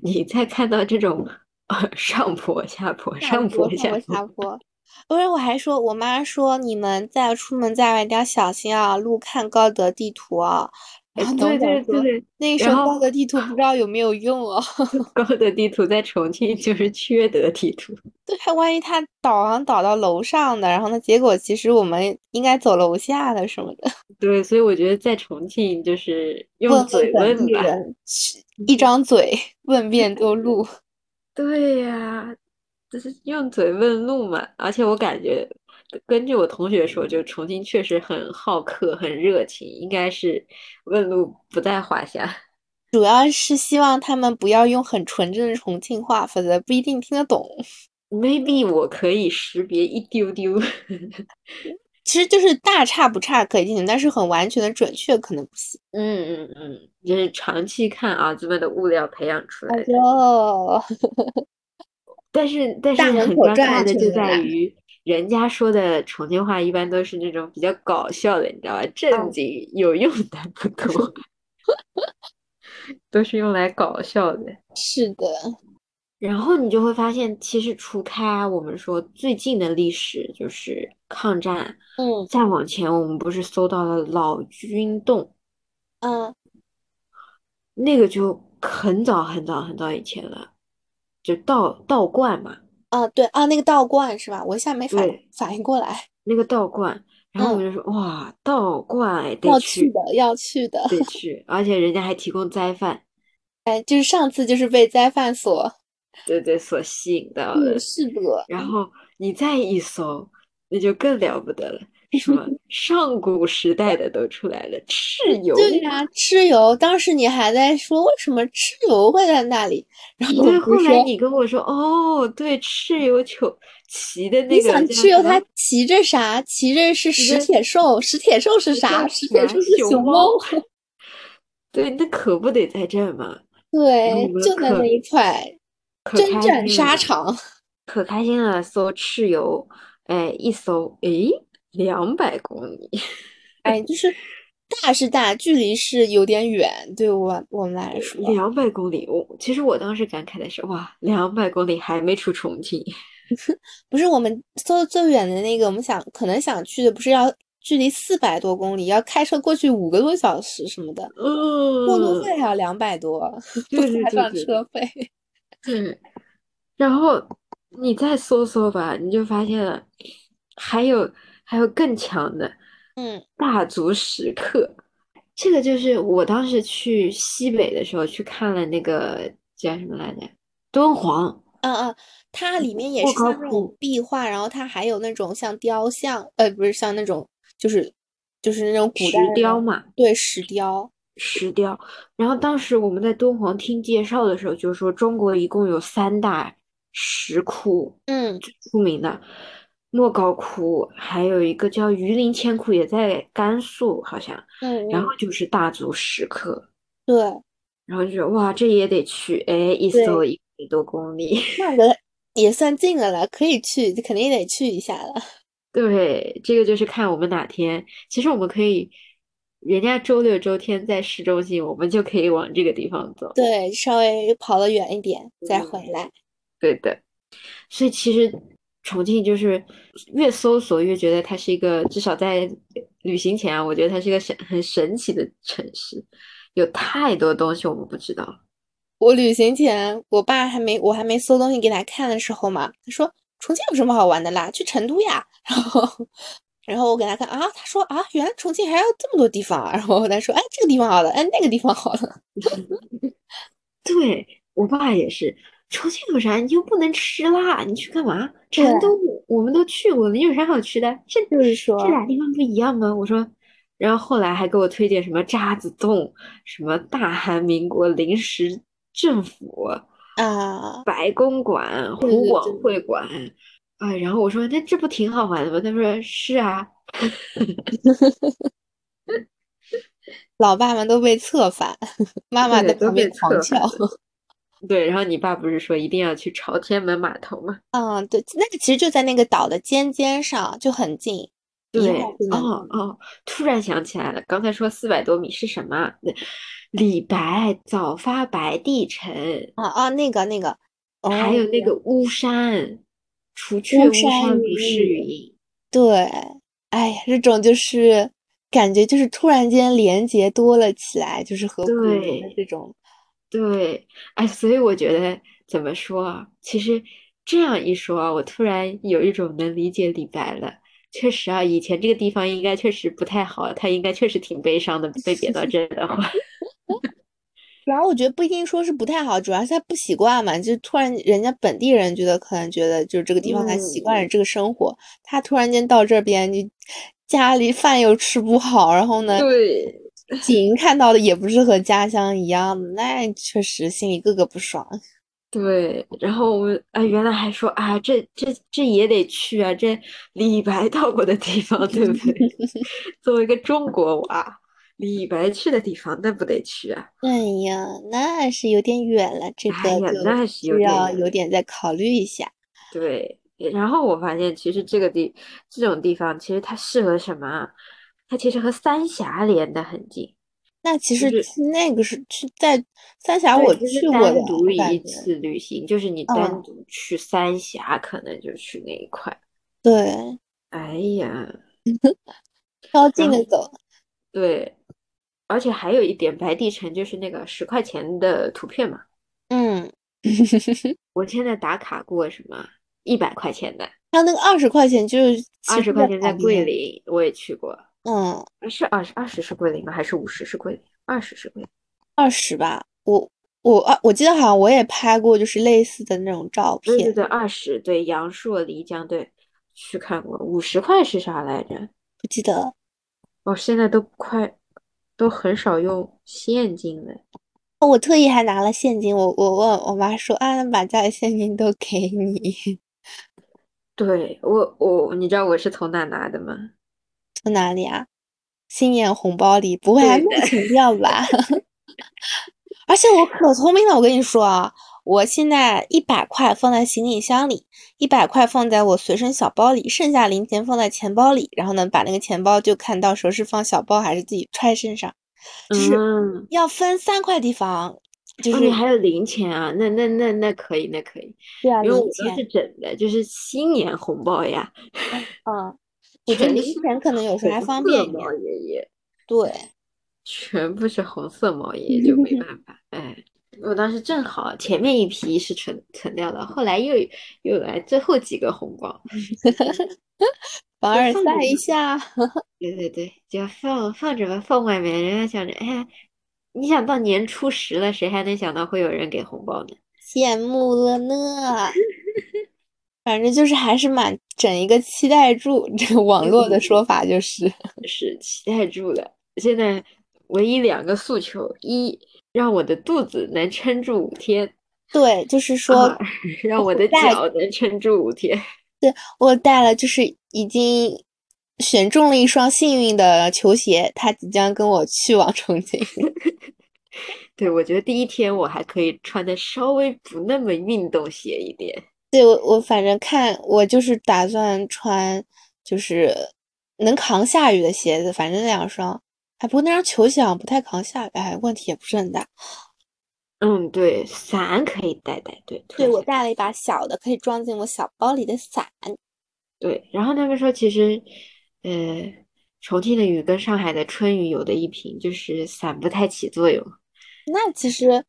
你再看到这种 上坡下坡
上
坡
下
坡
下坡，不是我还说，我妈说你们在出门在外一定要小心啊，路看高德地图啊。
然后对对对对，
那时候高德地图不知道有没有用哦。
高德地图在重庆就是缺德地图。
对，万一他导航导到楼上的，然后呢，结果其实我们应该走楼下的什么的。
对，所以我觉得在重庆就是用嘴
问
吧，
人一张嘴问遍多路。
对呀、啊，就是用嘴问路嘛。而且我感觉，根据我同学说，就重庆确实很好客，很热情，应该是问路不在话下。
主要是希望他们不要用很纯正的重庆话，否则不一定听得懂。
Maybe 我可以识别一丢丢，
其实就是大差不差可以听懂，但是很完全的准确可能不行。
嗯嗯嗯，啊就是长期看儿子们的物料培养出来的。
哦，
但是但是很尴尬的就在于，人家说的重庆话一般都是那种比较搞笑的，你知道吧？正经有用的不多， 都是用来搞笑的。
是的。
然后你就会发现，其实除开、啊、我们说最近的历史，就是抗战，
嗯，
再往前，我们不是搜到了老君洞，
嗯，
那个就很早很早很早以前了，就道道观嘛，
啊对啊，那个道观是吧？我一下没反反应过来，
那个道观，然后我就说、嗯、哇，道观哎
要
去
的要去的，
得去，而且人家还提供斋饭，
哎，就是上次就是被斋饭所。
对对，所吸引到的、
嗯、是的。
然后你再一搜，那就更了不得了。什 么上古时代的都出来了，蚩尤。
对呀、蚩尤，当时你还在说为什么蚩尤会在那里，然后
对，
我
后
不是
来
说
你跟我说，哦，对，蚩尤求骑的那
你
个
想
叫
蚩
什
尤
么
他骑着啥？骑着是
骑
石
着
铁兽，石铁兽是啥？
叫
石铁
啥
兽是
熊
熊
猫
猫。
对，那可不得在这儿嘛，然后我
对，
们
就在
可
那一块，
可
征
开
战
心
沙
了，
场。
可开心了，搜蚩尤，哎，一搜，诶，两百公里，
哎，就是大是大，距离是有点远，对我我们来说，
两百公里，我其实我当时感慨的是，哇，两百公里还没出重 庆，
不是我们搜的最远的那个，我们想可能想去的，不是要距离四百多公里，要开车过去五个多小时什么的，过路
嗯，
费还要两百多，不
对对
加
对
上
对
车
对，
费。
嗯，然后你再搜搜吧，你就发现了，还有还有更强的
嗯
大足石刻，这个就是我当时去西北的时候去看了那个叫什么来着，敦煌
嗯嗯，它里面也
莫
是像
高
那种
窟。
壁画，然后它还有那种像雕像，呃，不是像那种，就是就是那种古代
石
的那
雕
种，
嘛，
对，石雕。
石雕。然后当时我们在敦煌听介绍的时候，就说中国一共有三大石窟
嗯，
最出名的，莫高窟，还有一个叫榆林千窟，也在甘肃好像。
嗯
然后
嗯，
就是大足石刻，
对
然后就觉得哇，这也得去，哎，一搜
对，
一百多公里。
那个也算近的了，可以去，肯定得去一下了。
对，这个就是看我们哪天。其实我们可以，人家周六周天在市中心，我们就可以往这个地方走。
对，稍微跑得远一点再回
嗯，
来。
对的。所以其实重庆就是越搜索越觉得它是一个，至少在旅行前啊，我觉得它是一个神很神奇的城市，有太多东西我们不知道。
我旅行前，我爸还没我还没搜东西给他看的时候嘛，他说重庆有什么好玩的啦？去成都呀。 然后，然后我给他看啊，他说啊，原来重庆还有这么多地方啊。 然后他说，哎，这个地方好了，哎，那个地方好了。
对，我爸也是，重庆有啥？你又不能吃辣，你去干嘛？
对，
成都我我们都去过了，你有啥好吃的？这
就是
这
说，
俩地方不一样吗？我说，然后后来还给我推荐什么渣滓洞，什么大韩民国临时政府、
啊，
白公馆、
对
湖
对
广
对，
会馆，哎，然后我说那这不挺好玩的吗？他说是啊，
老爸们都被策反， 妈妈在
对，都
旁边
被
狂
策
叫。
反 了。对，然后你爸不是说一定要去朝天门码头吗？
嗯，对，那个其实就在那个岛的尖尖上，就很近，一
对，
晃就能
哦哦，突然想起来了，刚才说四百多米是什么啊？对李白早发白帝城，
啊啊，那个那个，
还
哦，
有那个巫山，除却
巫
巫
山
山不
云
是
雨，
云。
对，哎呀，这种就是感觉就是突然间连接多了起来，就是和古人的
对
这种，
对，哎，所以我觉得怎么说啊？其实这样一说啊，我突然有一种能理解李白了。确实啊，以前这个地方应该确实不太好，他应该确实挺悲伤的，被贬到这儿的话。
主要我觉得不一定说是不太好，主要是他不习惯嘛，就突然人家本地人觉得可能觉得就是这个地方他习
嗯，
惯了这个生活，他突然间到这边，你家里饭又吃不好，然后呢，
对。
景看到的也不是和家乡一样的，那确实心里个个不爽。
对，然后我们啊，原来还说啊，这这这也得去啊，这李白到过的地方，对不对？ 作为一个中国娃，李白去的地方，那不得去啊？
哎呀，那是有点远了，这
哎
个
呀，
就
那是有
是
点
要
远。
有点再考虑一下。
对，然后我发现其实这个地这种地方，其实它适合什么啊？它其实和三峡连得很近，
那其
就是
实去那个是去在三峡，
对，
啊我
就是
去过的，
单独
我感
一
觉，
次旅行，就是你单
嗯，
独去三峡，可能就去那一块。
对，
哎呀，
挑
然
近
后
的走。
对。而且还有一点，白帝城就是那个十块钱的图片嘛，
嗯，
我现在打卡过什么一百块钱的，
还有那个二十块钱，就是
二
其实
十
在
块钱在
旁
桂
边。
林我也去过，
嗯，
啊是二十二十是桂林吗？还是五十是桂林？二十是桂林。
二十吧，我我啊，我记得好像我也拍过，就是类似的那种照
对对
片。
对，二十对，阳朔、漓江对，去看过。五十块是啥来着？
不记得了。
我现在都快都很少用现金了。
哦我特意还拿了现金，我我问我妈说啊，那把家里现金都给你，
对，我我，你知道我是从哪拿的吗？
从哪里啊？新年红包里不会还
对的
弄钱掉吧？ 而且我可聪明了，我跟你说啊，我现在一百块放在行李箱里，一百块放在我随身小包里，剩下零钱放在钱包里，然后呢，把那个钱包就看到时候是放小包还是自己揣身上，就是
嗯，
要分三块地方，就
哦，
是
你还有零钱啊？那那那那可以，那可以，
对啊，
因为我
零
都
钱，
是整的，就是新年红包呀，
嗯，我觉得
全
零
是
钱可能有时候还
红
方
色
便一点，
毛爷爷，
对。
全部是红色毛爷爷，就没 办法。哎，我当时正好前面一批是存存掉了，后来又又来最后几个红包，
凡
就
尔
放着
赛一
吧。
下，
对对对，就放放着吧，放外面。人家想着，哎，你想到年初十了，谁还能想到会有人给红包呢？
羡慕了呢。反正就是还是蛮整一个期待住，这个网
对
络
对
的
对，
说法就是
是期待住了。现在唯一两个诉求：一，让我的肚子能撑住五天；
对，就是
二，
说
让
我
我的
带
脚能撑住五天。
我带了，就是已经选中了一双幸运的球鞋，它即将跟我去往重庆。
对，我觉得第一天我还可以穿的稍微不那么运动鞋一点。
对，我我反正看我就是打算穿，就是能扛下雨的鞋子，反正那两双。哎，不过那双球鞋好像不太扛下雨，哎，问题也不是很大。
嗯，对，伞可以带带，对，突
对，
然
我
想。
带了一把小的，可以装进我小包里的伞。
对，然后他们说，其实，呃，重庆的雨跟上海的春雨有的一拼，就是伞不太起作用。
那其实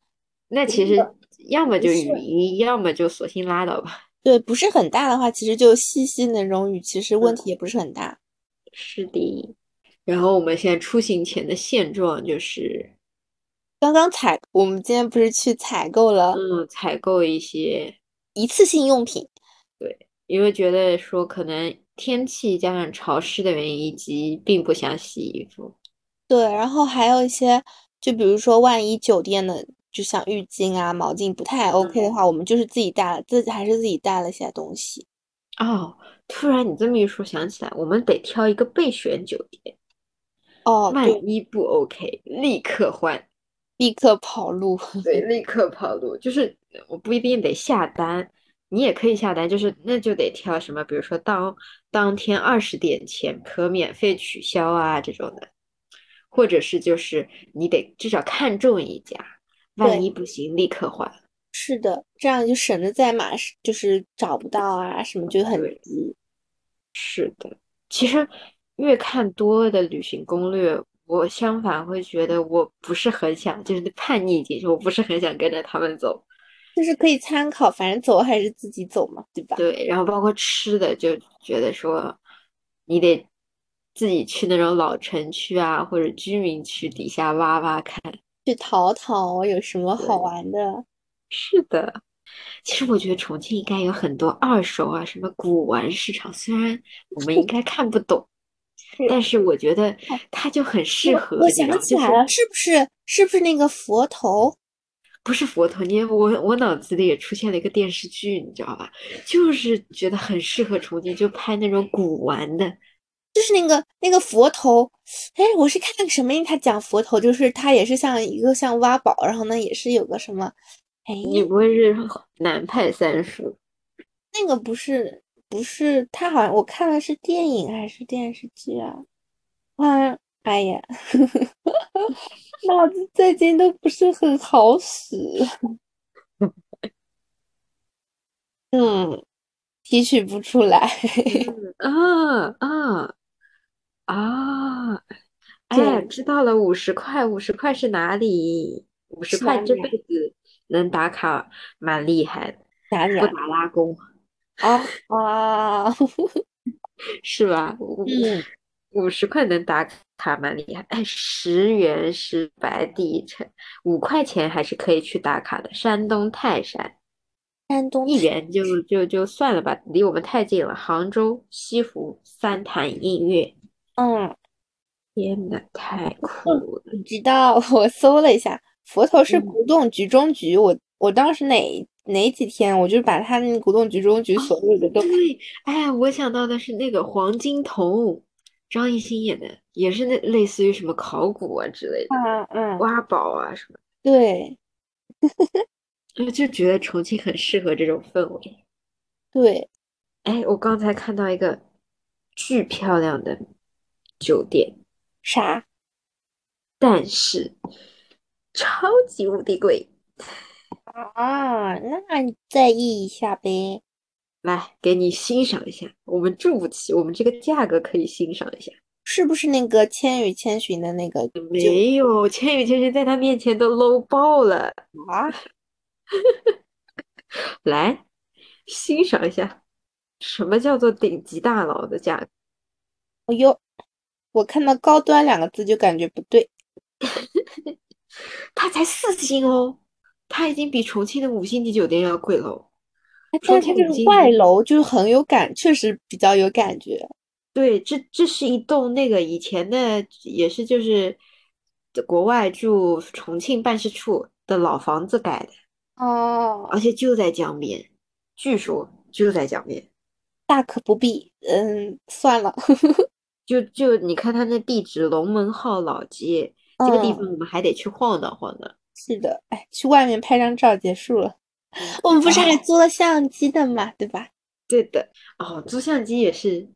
那
不
其
是
实要么
不，
就是雨衣，要么就索性拉倒吧。
对，不是很大的话，其实就细细那种雨，其实问
嗯，
题也不是很大。
是的。然后我们现在出行前的现状就是，
刚刚采，我们今天不是去采购了
嗯，采购一些，
一次性用品，
因为觉得说可能天气加上潮湿的原因，以及并不想洗衣服。
对，然后还有一些，就比如说万一酒店的，就像浴巾啊、毛巾不太 OK 的
嗯。
话，我们就是自己带了，自己还是自己带了些东西。
哦，突然你这么一说，想起来，我们得挑一个备选酒店。
哦，
万
对，
一不 OK，立刻 换，
立刻跑路。
对，立刻跑路。就是我不一定得下单，你也可以下单，就是那就得挑什么，比如说当当天二十点前可免费取消啊这种的，或者是就是你得至少看中一家，万
对，
一不行立刻换。
是的，这样就省得在马上就是找不到啊什么，就
嗯
很
对，
急。
是的，其实越看多的旅行攻略。我相反会觉得我不是很想，就是叛逆精神，我不是很想跟着他们走。
就是可以参考，反正走还是自己走嘛，对吧？
对，然后包括吃的，就觉得说你得自己去那种老城区啊，或者居民区底下挖挖看。
去淘淘有什么好
对，
玩的？
是的，其实我觉得重庆应该有很多二手啊，什么古玩市场，虽然我们应该看不懂，
是
但是我觉 得
哦，
它就很适
我我
合，你
想
知道，
起
就
来
是
了，是不是是不是那个佛头？
不是佛头，你我我脑子里也出现了一个电视剧，你知道吧？就是觉得很适合重庆，就拍那种古玩的。
就是那个那个佛头，哎，我是看那个什么，他讲佛头，就是他也是像一个像挖宝，然后呢也是有个什么，哎，
你不会是南派三 叔？
那个不是不是，他好像我看的是电影还是电视剧啊？我好像，哎呀， 脑子最近都不是很好使。嗯，提取不出来。
嗯啊啊啊！哎，
对，
知道了，五十块，五十块是哪里？五十
是
块
哪
这
里啊？
辈子能打卡，蛮厉害的，
哪里
不
啊？
打拉弓
啊啊，
是吧？五
嗯，
五十块能打卡，蛮厉害。哎，十元是白地产，五块钱还是可以去打卡的。山东泰山
山东
一
泰
元就就就算了吧，离我们太近了。杭州西湖三潭印月。
嗯，
天呐，太酷了！
你知道我搜了一下，佛头是
嗯
古董局中局，我我当时哪哪几天，我就把他那古董局中局所有的都
对，哎，我想到的是那个黄金瞳，张艺兴演的，也是那类似于什么考古啊之类的，
看了，嗯，
挖宝啊什么
对
的，就就觉得重庆很适合这种氛围。
对，
哎，我刚才看到一个巨漂亮的酒店，
啥？
但是超级无敌贵。
啊，那你在意一下呗。
来，给你欣赏一下，我们住不起，我们这个价格可以欣赏一下。
是不是那个《千与千寻》的那个就
没有，千与千寻在他面前都 low 爆了。
啊？
来，欣赏一下，什么叫做顶级大佬的价格？
我又我看到“高端”两个字就感觉不对。
它才四星哦，它已经比重庆的五星级酒店要贵喽。
哎
重
但是它
庆
这
五
个
金
外楼就很有感，确实比较有感觉。
对，这这是一栋那个以前的，也是就是国外驻重庆办事处的老房子改的，
哦，
而且就在江边，据说就在江边。
大可不必。嗯，算了。
就就你看它那地址，龙门号老街这个地
嗯
方，我们还得去晃荡晃荡。
是的，哎，去外面拍张照结束了。 我们不是还
哎
租了相机的嘛，对吧？
对的，哦，租相机也是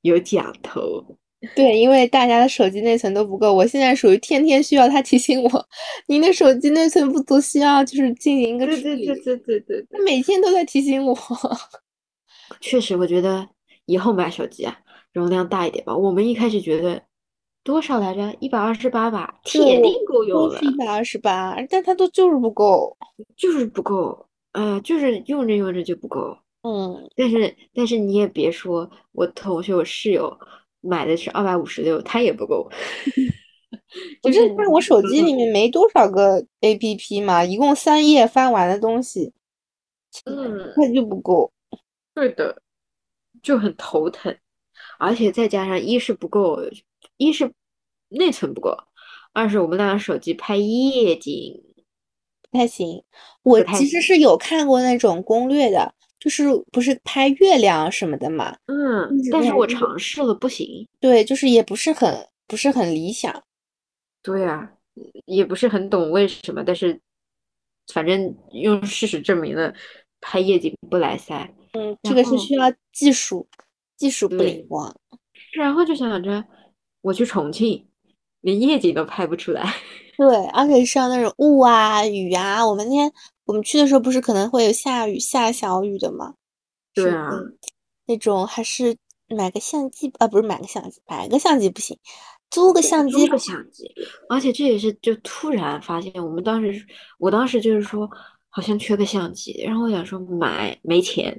有讲头。
对，因为大家的手机内存都不够，我现在属于天天需要它提醒我，您的手机内存不足，需要就是进行一个
对
处
对
理。
对对对对对，
它每天都在提醒我。
确实，我觉得以后买手机啊，容量大一点吧。我们一开始觉得多少来着？一百二十八吧，
对
铁
我
定够用
都
了
是，一百二十八，但它都就是不够。
就是不够。呃，就是用着用着就不够。
嗯，
但是但是你也别说，我同学我室友买的是二百五十六，他也不够。
我
就
就是看 我手机
嗯
里面没多少个 APP 嘛，一共三页翻完的东西，
嗯，
它就不够。
对的，就很头疼，而且再加上一是不够，一是内存不够，二是我们那手机拍夜景，
不太行，我
不太
其实是有看过那种攻略的，就是不是拍月亮什么的嘛，
嗯，
嗯
但是我
嗯
尝试了不行，
对，就是也不是很不是很理想。
对啊，也不是很懂为什么，但是反正用事实证明了，拍夜景不来塞，
嗯，这
然
个是
后
需要技术，技术不灵
对
光。
然后就想着我去重庆，连夜景都拍不出来，
对，而且像那种雾啊、雨啊，我们那天我们去的时候不是可能会有下雨、下小雨的嘛，
对
是嗯
啊，
那种还是买个相机啊，不是买个相机，买个相机不行，租个相
租
机
个相机，而且这也是就突然发现，我们当时，我当时就是说好像缺个相机，然后我想说买没钱，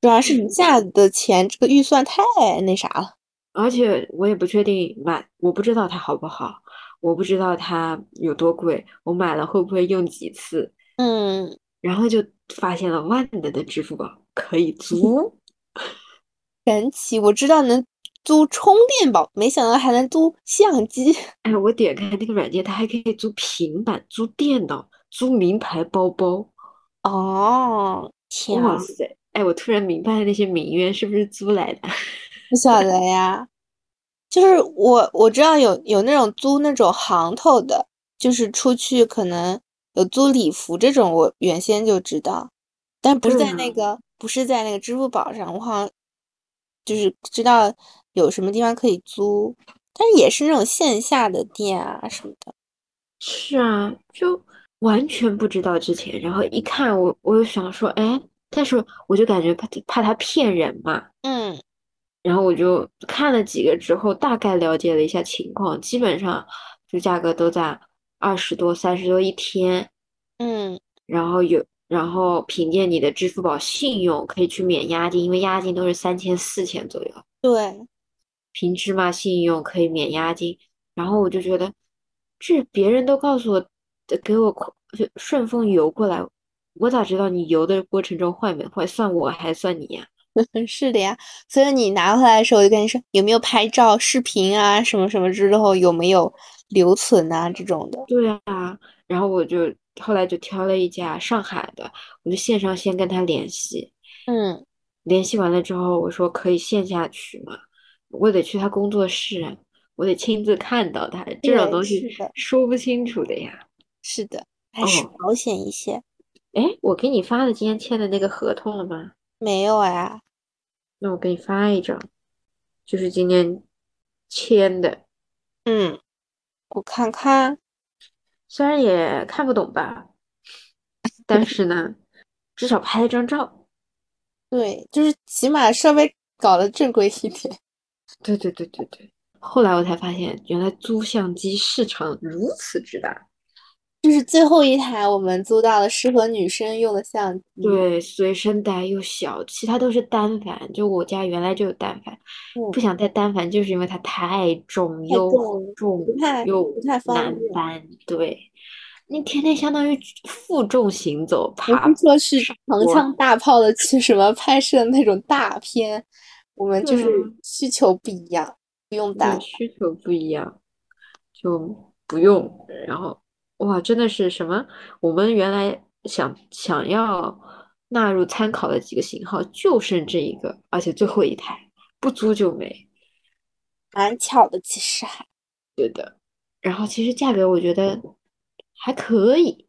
主要是
嗯
一下子的钱，这个预算太那啥了。
而且我也不确定买，我不知道它好不好，我不知道它有多贵，我买了会不会用几次，
嗯，
然后就发现了万能的支付宝可以租，
神奇，我知道能租充电宝，没想到还能租相机。
哎，我点开那个软件，它还可以租平板、租电脑、租名牌包包，
哦，天
哇
啊，
塞！哎，我突然明白那些名媛是不是租来的。
不晓得呀。就是我我知道有有那种租那种行头的，就是出去可能有租礼服这种，我原先就知道，但不是
对
在那
啊
个不是在那个支付宝上，我好像就是知道有什么地方可以租，但是也是那种线下的店啊什么的。
是啊，就完全不知道之前，然后一看我，我就想说，哎，但是我就感觉怕他怕他骗人嘛，
嗯，
然后我就看了几个之后，大概了解了一下情况，基本上就价格都在二十多、三十多一天，
嗯，
然后有，然后凭借你的支付宝信用可以去免押金，因为押金都是三千、四千左右，
对，
凭芝麻信用可以免押金，然后我就觉得，这别人都告诉我，呃给我快就顺丰邮过来，我咋知道你邮的过程中坏没坏？算我还算你呀？
是的呀，所以你拿回来的时候，我就跟你说有没有拍照、视频啊，什么什么之后有没有留存啊这种的。
对啊，然后我就后来就挑了一家上海的，我就线上先跟他联系，
嗯，
联系完了之后，我说可以线下去吗？我得去他工作室，我得亲自看到他，这种
对
东西
是的
说不清楚的呀。
是的，还是
哦
保险一些。
哎，我给你发的今天签的那个合同了吗？
没有啊呀，
那我给你发一张，就是今天签的，
嗯，我看看，
虽然也看不懂吧，但是呢，至少拍了张照。
对，就是起码稍微搞得正规一点。
对对对对对。后来我才发现，原来租相机市场如此之大。
就是最后一台我们租到的适合女生用的相机，嗯
对，随身带又小，其他都是单反。就我家原来就有单反，
嗯，
不想带单反，就是因为它太重
太
又
重了
重
不太
又
不太方
难
便。
搬。对，你天天相当于负重行走，
不
爬
是说是长
坡。
枪大炮的去 什么拍摄那种大片，我们就
对
是
啊
需求不一样，不用
对，
担。
需求不一样，就不用。然后，哇，真的是什么？我们原来想想要纳入参考的几个型号，就剩这一个，而且最后一台，不租就没。
蛮巧的，其实还
然后其实价格我觉得还可以，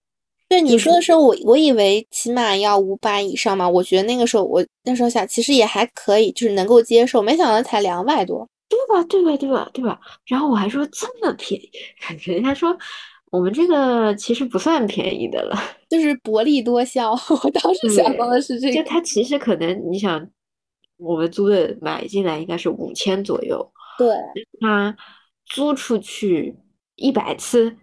对你说的时候，我我以为起码要五百以上嘛，我觉得那个时候我那时候想，其实也还可以，就是能够接受，没想到才两百多。
对吧？对吧？对吧？对吧？然后我还说这么便宜，人家说我们这个其实不算便宜的了。
就是薄利多销。 我当时想到的是这
就
个，
它其实可能你想，我们租的买进来应该是五千左右，
对，
它租出去一百次，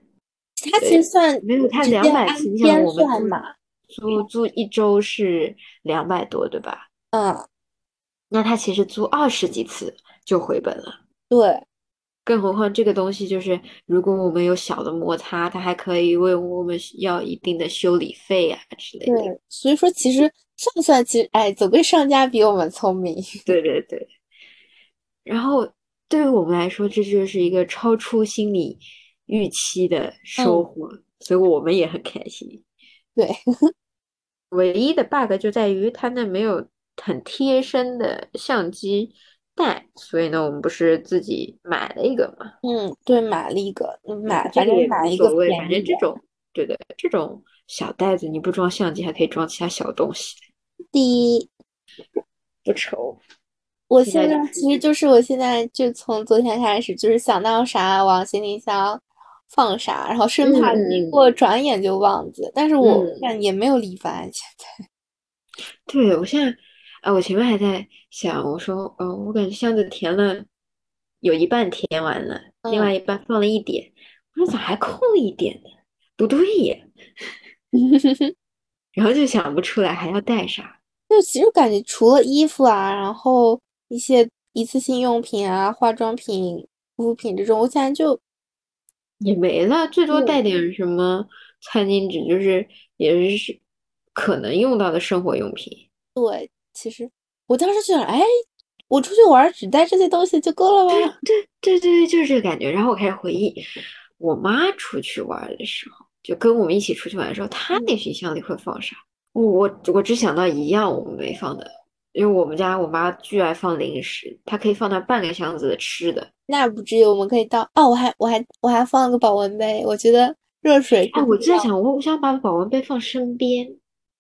它其实算
没有它
直接
两百
按
次，你想
天
我们
算
租
嘛，
租租一周是两百多，对吧？
嗯，
那它其实租二十几次就回本了。
对，
更何况这个东西就是，如果我们有小的摩擦，它还可以为我们要一定的修理费啊之类的。
对，所以说其实算算，其实哎，总归商家比我们聪明。
对对对。然后对于我们来说，这就是一个超出心理预期的收获，所以我们也很开心。
嗯对，
唯一的 bug 就在于它那没有很贴身的相机带，所以呢，我们不是自己买了一个嘛？
嗯，对，买了一个，嗯买
这
反
个
正
也
买
无
一个
所谓，
便
反
宜
正这
的。
种，对的，这种小袋子你不装相机，还可以装其他小东西，
第一，
不愁。
我
现在
现在
就是
其实就是我现在就从昨天开始，就是想到啥往行李箱放啥，然后生怕
嗯嗯
一
嗯
过转眼就忘记。但是我
嗯
看也没有理烦，现在
对，我现在，啊，我前面还在想，我说，嗯、我感觉箱子填了，有一半填完了，另
嗯
外一半放了一点，我说咋还空了一点呢？不对呀，
嗯。
然后就想不出来还要带啥。
就其实感觉除了衣服啊，然后一些一次性用品啊、化妆品、护肤品这种，我感觉就
也没了，最多
嗯
带点什么餐巾纸，就是也是可能用到的生活用品。
对。其实我当时就想，哎，我出去玩儿只带这些东西就够了吗？
对对对，就是这个感觉。然后我开始回忆，我妈出去玩儿的时候，就跟我们一起出去玩儿的时候，她那行箱里会放啥？我我我只想到一样我们没放的，因为我们家我妈巨爱放零食，她可以放到半个箱子的吃的。
那不至于，我们可以到哦，我还我还我还放了个保温杯，我觉得热水
哎，
是
我
必
就在
要
想，我我想把保温杯放身边。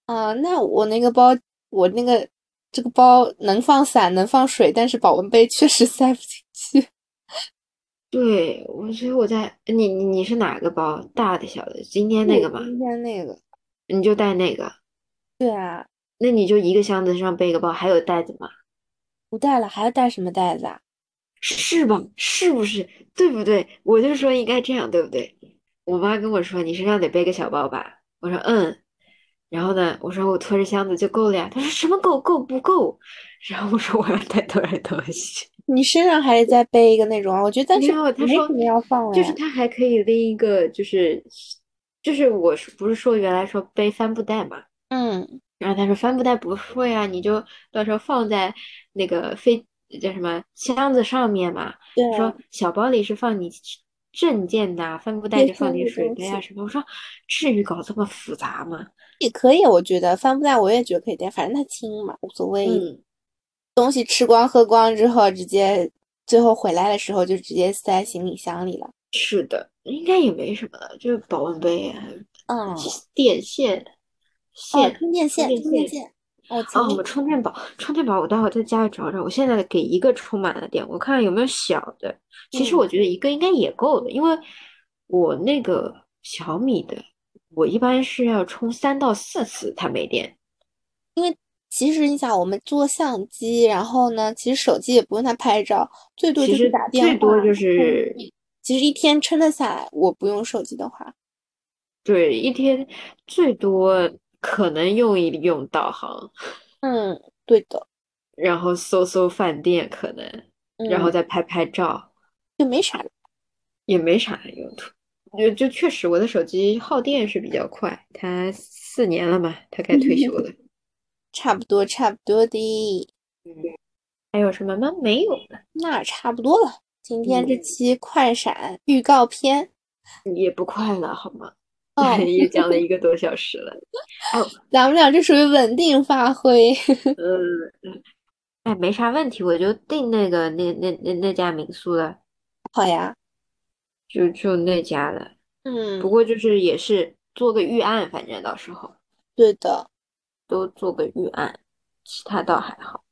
啊，那我那个包，我那个这个包能放伞，能放水，但是保温杯确实 塞不进去。
对，我所以我在你你你是哪个包？大的小的？今天那个吗？
今天那个，
你就带那个，
对啊，
那你就一个箱子上背一个包，还有袋子吗？
不带了，还要带什么袋子啊？
是吧？是不是？对不对？我就说应该这样，对不对？我妈跟我说你身上得背个小包吧，我说嗯，然后呢，我说我拖着箱子就够了呀，她说什么够够不够？然后我说我要带多少东西，
你身上还是再背一个那种啊？我觉得，但是
然后她
没
说
什么要放了
就是
呀。
她还可以拎一个，就是就是我是不是说原来说背帆布袋嘛？
嗯，
然后他说帆布袋不会啊，你就到时候放在那个飞叫什么箱子上面嘛。
对，啊
说小包里是放你证件的，啊帆布袋
没
就放
错
你
没
水
东
杯啊
西
什么。我说至于搞这么复杂吗？
也可以，我觉得帆布袋我也觉得可以带，反正它轻嘛，无所谓。
嗯，
东西吃光喝光之后，直接最后回来的时候就直接塞行李箱里了。
是的，应该也没什么的，就是保温杯啊、
嗯，
电线、
哦，
线。
充电线，
电
充电
线
线，哦，前
哦，
面
我充电宝，充电宝，我待会儿在家里找找。我现在给一个充满了电，我看有没有小的。其实
嗯
我觉得一个应该也够的，因为我那个小米的，我一般是要充三到四次它没电。
其实你想，我们做相机，然后呢，其实手机也不用它拍照，最多
其
就是
实
打电
最多
话。
就
嗯
是
其实一天撑得下来，我不用手机的话，
对一天最多可能用一用导航，
嗯，对的，
然后搜搜饭店可能，然后
嗯，
再拍拍照，
就没啥了。
也没啥用途。就就确实，我的手机耗电是比较快，它四年了嘛，它该退休了。
差不多，差不多的，
嗯， 还有什么吗？没有了，
那差不多了。今天这
嗯，
期快闪预 告片，
也不快了，好吗？
哦，
也讲了一个多小时 了。哎，
咱们俩这属于稳定发挥。
呃，哎，没啥问题，我就订那个那那那那家民宿了，
好呀，
就就那家了。不
嗯，
过就是也是做个预案，反正到时候
对的，
都做个预案，其他倒还好。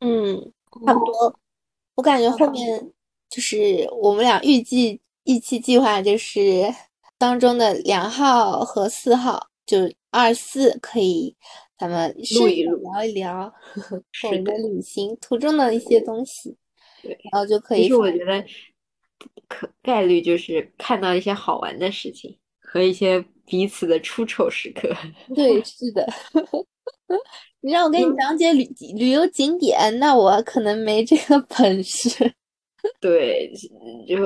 嗯，差不
嗯，
多。我感觉后
好，
面就是我们俩预计预期计划就是当中的两号和四号，就二四可以咱们
录
深
一
入
录。
聊一 聊我
是
们的
的，
旅行途中的一些东西，
对。
然后就可
其
以
实
发。
我觉得可概率就是看到一些好玩的事情和一些彼此的出丑时刻。
对，是的。 你让我给你
嗯，
讲解旅旅游景点，那我可能没这个本事。
对，就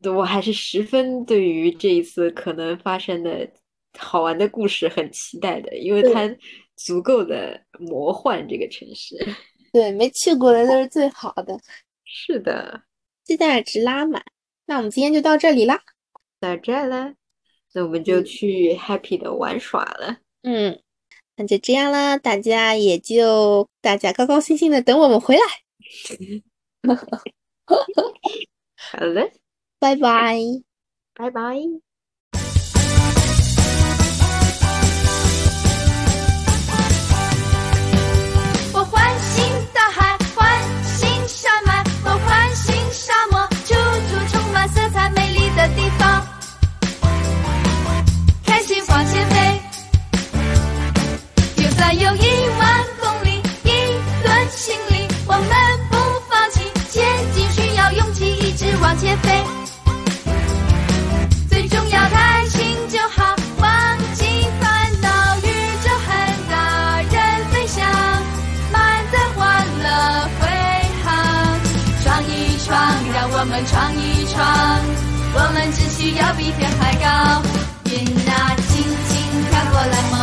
对我还是十分对于这一次可能发生的好玩的故事很期待的，因为它
对
足够的魔幻这个城市。
对，没去过的就是最好的，
是的，
期待值拉满。那我们今天就到这里啦。
到这儿了，那我们就
嗯
去 happy 的玩耍了。
嗯，那就这样啦，大家也就大家高高兴兴的等我们回来，
好了，
拜拜。
拜拜。
我唤醒大海，唤醒山脉，我唤醒沙漠，处处充满色彩美丽的地方。开心往前飞，就算有一万公里，一吨行李，我们不放弃，前进需要勇气，一直往前飞。最重要开心就好，忘记烦恼，宇宙很大，人飞翔，满载欢乐飞航。闯一闯，让我们闯一闯，我们只需要比天还高。云啊，轻轻飘过来，梦